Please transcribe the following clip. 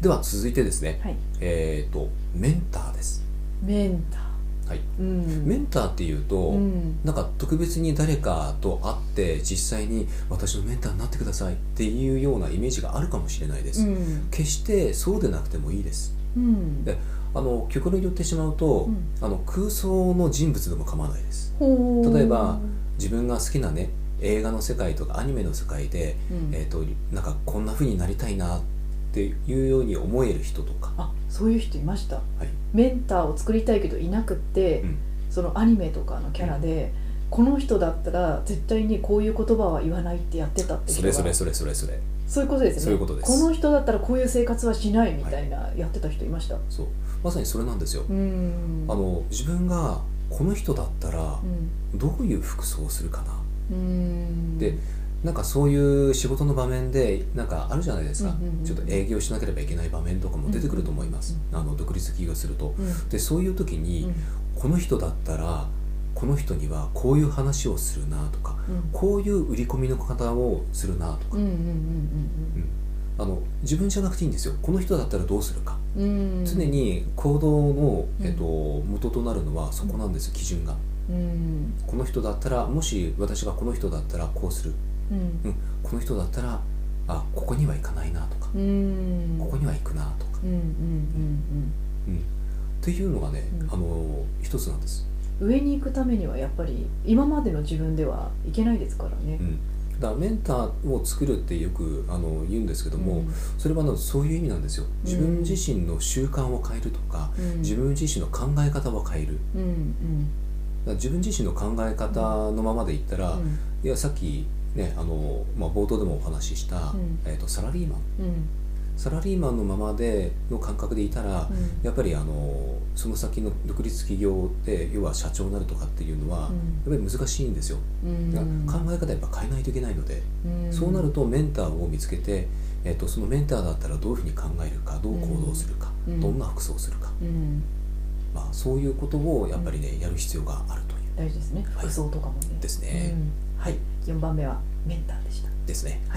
では続いてですね、はいえっ、とメンターです、メンターはいうんメンターっていうと、うんなんか特別に誰かと会って実際に私のメンターになってくださいっていうようなイメージがあるかもしれないでうす、ん決してそうでなくてもいいですうんであの極論言ってしまうと、うんあの空想の人物でも構わないですほう例えば自分が好きなね映画の世界とかアニメの世界で、うんえー、となんかこんな風になりたいなっていうように思える人とか、あそういう人いました、いメンターを作りたいけどいなくって、うんそのアニメとかのキャラで、この人だったら絶対にこういう言葉は言わないってやってたって人そがれそれそれそれそれそういうことですよねそういうことですの人だったらこういう生活はしないみたいなやってた人いました、そうまさにそれなんですよ、うーんあの自分がこの人だったらうんどういう服装をするかなうーんでなんかそういう仕事の場面でなんかあるじゃないですか、うんうんうんちょっと営業しなければいけない場面とかも出てくると思います、あの独立起業するとうんでそういう時に、うんこの人だったらこの人にはこういう話をするなとかうんこういう売り込みの方をするなとか、うんうんあの自分じゃなくていいんですよこの人だったらどうするか、うんうんうんうん常に行動の、うんえっと、元となるのはそこなんです基準がうんこの人だったらもし私がこの人だったらこうする、うんうん、この人だったらあここには行かないなとか、うんうんここには行くなとかうんうんうんっていうのがね、うんあの一つなんです、うん上に行くためにはやっぱり今までの自分ではいけないですからねう、ん、だからメンターを作るってよくあの言うんですけども、うんそれはあのそういう意味なんですよ自分自身の習慣を変えるとか、うん自分自身の考え方を変えるだかうんうんら自分自身の考え方のままでいったら、うんいやさっき、ねあのまあ、冒頭でもお話しした、うんえー、とサラリーマンうんサラリーマンのままでの感覚でいたら、うんやっぱりあのその先の独立企業って要は社長になるとかっていうのは、やっぱり難しいんですよ、うんだから考え方やっぱ変えないといけないので、うんそうなるとメンターを見つけて、えっとそのメンターだったらどういうふうに考えるかどう行動するか、うんどんな服装をするか、うんまあ、そういうことをやっぱりね、やる必要があるという大事ですねはい服装とかもね、ですねうんはい4番目はメンターでしたですね。はい